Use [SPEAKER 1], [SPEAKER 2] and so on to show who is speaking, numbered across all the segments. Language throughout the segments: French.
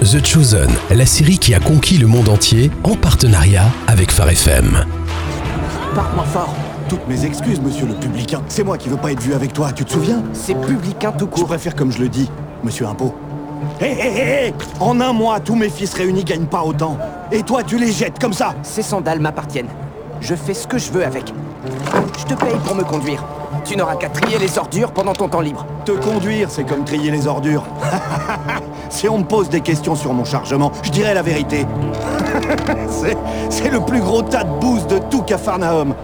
[SPEAKER 1] The Chosen, la série qui a conquis le monde entier en partenariat avec Phare FM.
[SPEAKER 2] Par moi fort.
[SPEAKER 3] Toutes mes excuses, monsieur le publicain. C'est moi qui veux pas être vu avec toi, tu te souviens
[SPEAKER 2] C'est publicain tout
[SPEAKER 3] Je
[SPEAKER 2] court.
[SPEAKER 3] préfère comme je le dis, monsieur Impôt. Hé hé hé hé En un mois, tous mes fils réunis gagnent pas autant. Et toi, tu les jettes comme ça
[SPEAKER 2] Ces sandales m'appartiennent. Je fais ce que je veux avec. Je te paye pour me conduire. Tu n'auras qu'à trier les ordures pendant ton temps libre.
[SPEAKER 3] Te conduire, c'est comme trier les ordures. si on me pose des questions sur mon chargement, je dirai la vérité. c'est, c'est le plus gros tas de bouse de tout Capharnaüm.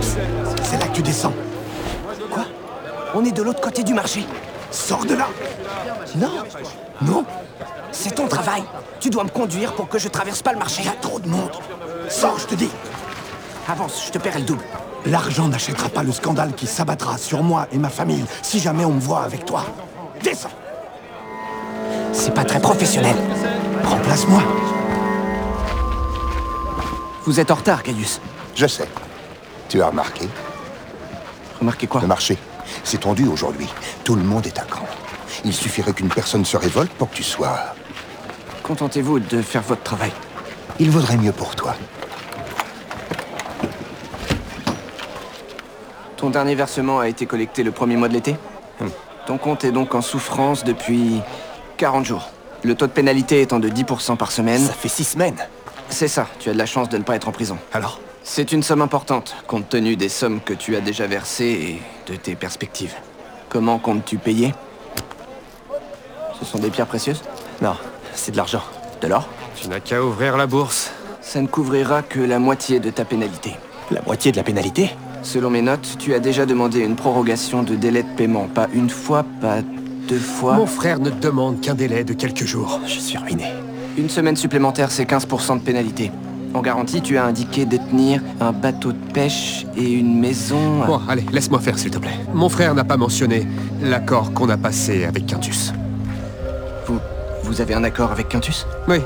[SPEAKER 3] Psst, c'est là que tu descends.
[SPEAKER 2] On est de l'autre côté du marché.
[SPEAKER 3] Sors de là
[SPEAKER 2] Non,
[SPEAKER 3] Non
[SPEAKER 2] c'est ton travail. Tu dois me conduire pour que je traverse pas le marché.
[SPEAKER 3] Il y a trop de monde. Sors, je te dis.
[SPEAKER 2] Avance, je te paierai le double.
[SPEAKER 3] L'argent n'achètera pas le scandale qui s'abattra sur moi et ma famille si jamais on me voit avec toi. Descends
[SPEAKER 2] C'est pas très professionnel.
[SPEAKER 3] Remplace-moi
[SPEAKER 2] Vous êtes en retard, Gaius.
[SPEAKER 4] Je sais. Tu as remarqué,
[SPEAKER 2] Remarquez quoi
[SPEAKER 4] le marché s'est tendu aujourd'hui. Tout le monde est à cran. Il suffirait qu'une personne se révolte pour que tu sois...
[SPEAKER 2] Contentez-vous de faire votre travail.
[SPEAKER 4] Il vaudrait mieux pour toi.
[SPEAKER 2] Ton dernier versement a été collecté le premier mois de l'été Ton compte est donc en souffrance depuis 40 jours. Le taux de pénalité étant de 10% par semaine.
[SPEAKER 5] Ça fait six semaines.
[SPEAKER 2] C'est ça, tu as de la chance de ne pas être en prison.
[SPEAKER 5] Alors
[SPEAKER 2] C'est une somme importante, compte tenu des sommes que tu as déjà versées et de tes perspectives. Comment comptes-tu payer Ce sont des pierres précieuses
[SPEAKER 5] Non, c'est de l'argent.
[SPEAKER 2] De l'or
[SPEAKER 6] Tu n'as qu'à ouvrir la bourse.
[SPEAKER 2] Ça ne couvrira que la moitié de ta pénalité.
[SPEAKER 5] La moitié de la pénalité
[SPEAKER 2] Selon mes notes, tu as déjà demandé une prorogation de délai de paiement. Pas une fois, pas deux fois.
[SPEAKER 6] Mon frère ne demande qu'un délai de quelques jours.
[SPEAKER 5] Je suis ruiné.
[SPEAKER 2] Une semaine supplémentaire, c'est 15% de pénalité. En garantie, tu as indiqué détenir un bateau de pêche et une maison. à-
[SPEAKER 6] Bon, allez, laisse-moi faire, s'il te plaît. Mon frère n'a pas mentionné l'accord qu'on a passé avec Quintus.
[SPEAKER 2] Vous, vous avez un accord avec Quintus
[SPEAKER 6] Oui,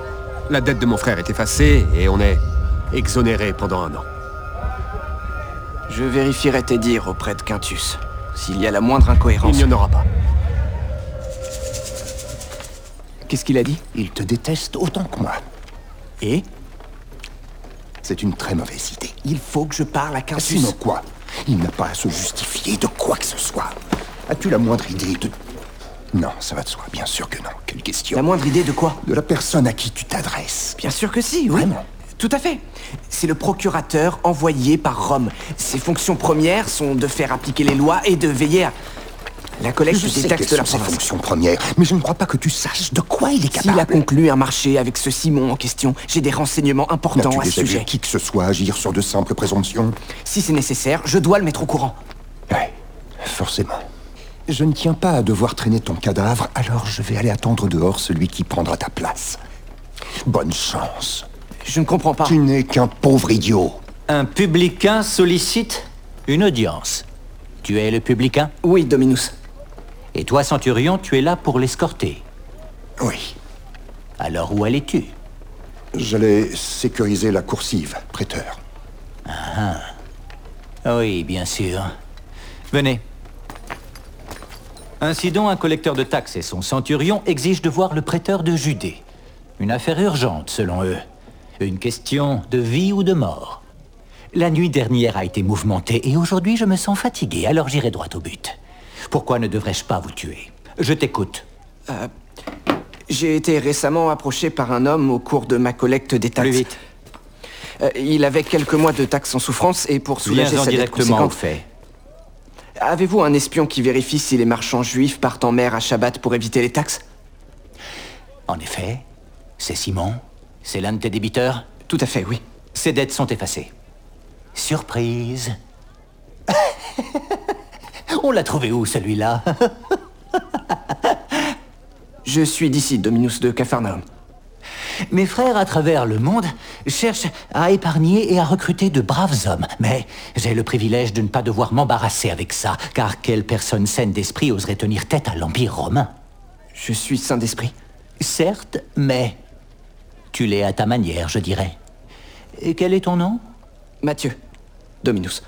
[SPEAKER 6] la dette de mon frère est effacée et on est exonéré pendant un an.
[SPEAKER 2] Je vérifierai tes dires auprès de Quintus. S'il y a la moindre incohérence.
[SPEAKER 6] Il n'y en aura pas.
[SPEAKER 2] Qu'est-ce qu'il a dit
[SPEAKER 4] Il te déteste autant que moi.
[SPEAKER 2] Et
[SPEAKER 4] C'est une très mauvaise idée.
[SPEAKER 2] Il faut que je parle à Quintus.
[SPEAKER 4] Sinon quoi Il n'a pas à se justifier de quoi que ce soit. As-tu la moindre idée de... Non, ça va de soi, bien sûr que non. Quelle
[SPEAKER 2] La
[SPEAKER 4] question
[SPEAKER 2] moindre idée de quoi
[SPEAKER 4] De la personne à qui tu t'adresses.
[SPEAKER 2] Bien sûr que si, oui.
[SPEAKER 4] Vraiment
[SPEAKER 2] Tout à fait. C'est le procurateur envoyé par Rome. Ses fonctions premières sont de faire appliquer les lois et de veiller à la collecte
[SPEAKER 4] Je
[SPEAKER 2] des
[SPEAKER 4] sais quelles
[SPEAKER 2] taxes de la
[SPEAKER 4] sont ses
[SPEAKER 2] province.
[SPEAKER 4] fonctions premières, mais je ne crois pas que tu saches de quoi il est capable.
[SPEAKER 2] S'il a conclu un marché avec ce Simon en question, j'ai des renseignements importants
[SPEAKER 4] N'as-tu
[SPEAKER 2] à ce
[SPEAKER 4] déjà vu
[SPEAKER 2] sujet.
[SPEAKER 4] qui que ce soit agir sur de simples présomptions
[SPEAKER 2] Si c'est nécessaire, je dois le mettre au courant.
[SPEAKER 4] Ouais, forcément. Je ne tiens pas à devoir traîner ton cadavre, alors je vais aller attendre dehors celui qui prendra ta place. Bonne chance.
[SPEAKER 2] Je ne comprends pas.
[SPEAKER 4] Tu n'es qu'un pauvre idiot.
[SPEAKER 7] Un publicain sollicite une audience. Tu es le publicain
[SPEAKER 2] Oui, Dominus.
[SPEAKER 7] Et toi, Centurion, tu es là pour l'escorter.
[SPEAKER 4] Oui.
[SPEAKER 7] Alors où allais-tu
[SPEAKER 4] J'allais sécuriser la coursive, prêteur.
[SPEAKER 7] Oui, bien sûr. Venez. Ainsi donc, un collecteur de taxes et son centurion exigent de voir le prêteur de Judée. Une affaire urgente, selon eux. Une question de vie ou de mort. La nuit dernière a été mouvementée et aujourd'hui je me sens fatigué, alors j'irai droit au but. Pourquoi ne devrais-je pas vous tuer Je t'écoute.
[SPEAKER 2] J'ai été récemment approché par un homme au cours de ma collecte des taxes.
[SPEAKER 7] Plus vite.
[SPEAKER 2] Euh, il avait quelques mois de taxes en souffrance et pour soulager
[SPEAKER 7] Viens-en
[SPEAKER 2] sa dette
[SPEAKER 7] directement au
[SPEAKER 2] conséquente,
[SPEAKER 7] fait.
[SPEAKER 2] avez-vous un espion qui vérifie si les marchands juifs partent en mer à Shabbat pour éviter les taxes
[SPEAKER 7] En effet, c'est Simon. C'est l'un de tes débiteurs.
[SPEAKER 2] Tout à fait, oui.
[SPEAKER 7] Ses dettes sont effacées. Surprise. On l'a trouvé où celui-là
[SPEAKER 2] Je suis d'ici, Dominus de Capharnaüm.
[SPEAKER 7] Mes frères à travers le monde cherchent à épargner et à recruter de braves hommes. Mais j'ai le privilège de ne pas devoir m'embarrasser avec ça, car quelle personne saine d'esprit oserait tenir tête à l'Empire romain
[SPEAKER 2] Je suis saint d'esprit.
[SPEAKER 7] Certes, mais tu l'es à ta manière, je dirais. Et quel est ton nom
[SPEAKER 2] Mathieu.
[SPEAKER 7] Ah.
[SPEAKER 2] Dominus.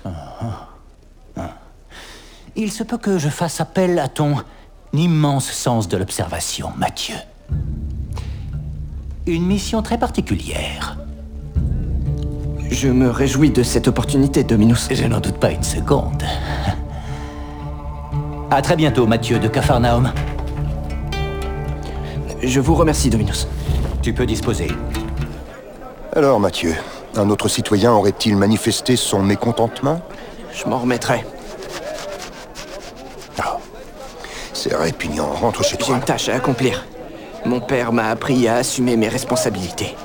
[SPEAKER 7] Il se peut que je fasse appel à ton un immense sens de l'observation, Mathieu. Une mission très particulière.
[SPEAKER 2] Je me réjouis de cette opportunité, Dominus.
[SPEAKER 7] Je n'en doute pas une seconde. À très bientôt, Mathieu de Capharnaüm.
[SPEAKER 2] Je vous remercie, Dominus.
[SPEAKER 7] Tu peux disposer.
[SPEAKER 4] Alors, Mathieu, un autre citoyen aurait-il manifesté son mécontentement
[SPEAKER 2] Je m'en remettrai.
[SPEAKER 4] Ah. C'est répugnant. Rentre chez
[SPEAKER 2] J'ai
[SPEAKER 4] toi.
[SPEAKER 2] une tâche à accomplir. Mon père m'a appris à assumer mes responsabilités.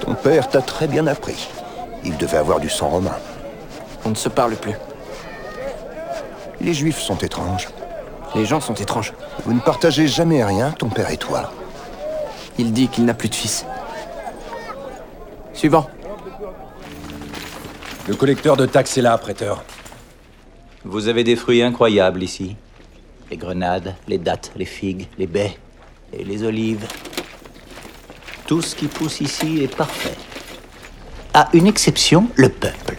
[SPEAKER 4] Ton père t'a très bien appris. Il devait avoir du sang romain.
[SPEAKER 2] On ne se parle plus.
[SPEAKER 4] Les juifs sont étranges.
[SPEAKER 2] Les gens sont étranges.
[SPEAKER 4] Vous ne partagez jamais rien, ton père et toi.
[SPEAKER 2] Il dit qu'il n'a plus de fils. Suivant.
[SPEAKER 8] Le collecteur de taxes est là, prêteur.
[SPEAKER 7] Vous avez des fruits incroyables ici. Les grenades, les dattes, les figues, les baies et les olives. Tout ce qui pousse ici est parfait. À une exception, le peuple.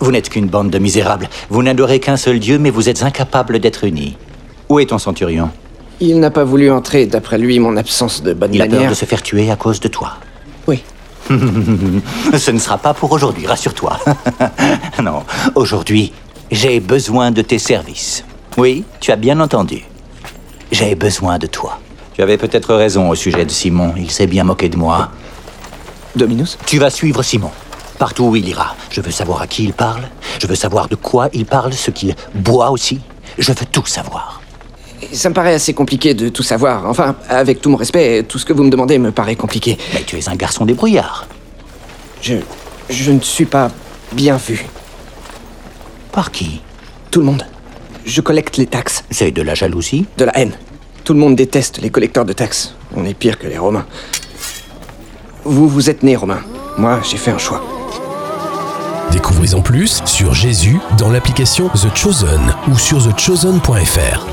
[SPEAKER 7] Vous n'êtes qu'une bande de misérables. Vous n'adorez qu'un seul Dieu, mais vous êtes incapables d'être unis. Où est ton centurion
[SPEAKER 2] Il n'a pas voulu entrer, d'après lui, mon absence de bonne
[SPEAKER 7] Il a peur
[SPEAKER 2] manière.
[SPEAKER 7] de se faire tuer à cause de toi.
[SPEAKER 2] Oui.
[SPEAKER 7] Ce ne sera pas pour aujourd'hui, rassure-toi. non, aujourd'hui, j'ai besoin de tes services. Oui, tu as bien entendu. J'ai besoin de toi. Tu avais peut-être raison au sujet de Simon, il s'est bien moqué de moi.
[SPEAKER 2] Dominus
[SPEAKER 7] Tu vas suivre Simon, partout où il ira. Je veux savoir à qui il parle, je veux savoir de quoi il parle, ce qu'il boit aussi. Je veux tout savoir.
[SPEAKER 2] Ça me paraît assez compliqué de tout savoir. Enfin, avec tout mon respect, tout ce que vous me demandez me paraît compliqué.
[SPEAKER 7] Mais tu es un garçon débrouillard.
[SPEAKER 2] Je. Je ne suis pas bien vu.
[SPEAKER 7] Par qui
[SPEAKER 2] Tout le monde. Je collecte les taxes,
[SPEAKER 7] C'est de la jalousie
[SPEAKER 2] de la haine. Tout le monde déteste les collecteurs de taxes. On est pire que les Romains. Vous, vous êtes né Romain. Moi, j'ai fait un choix.
[SPEAKER 1] Découvrez en plus sur Jésus dans l'application The Chosen ou sur thechosen.fr.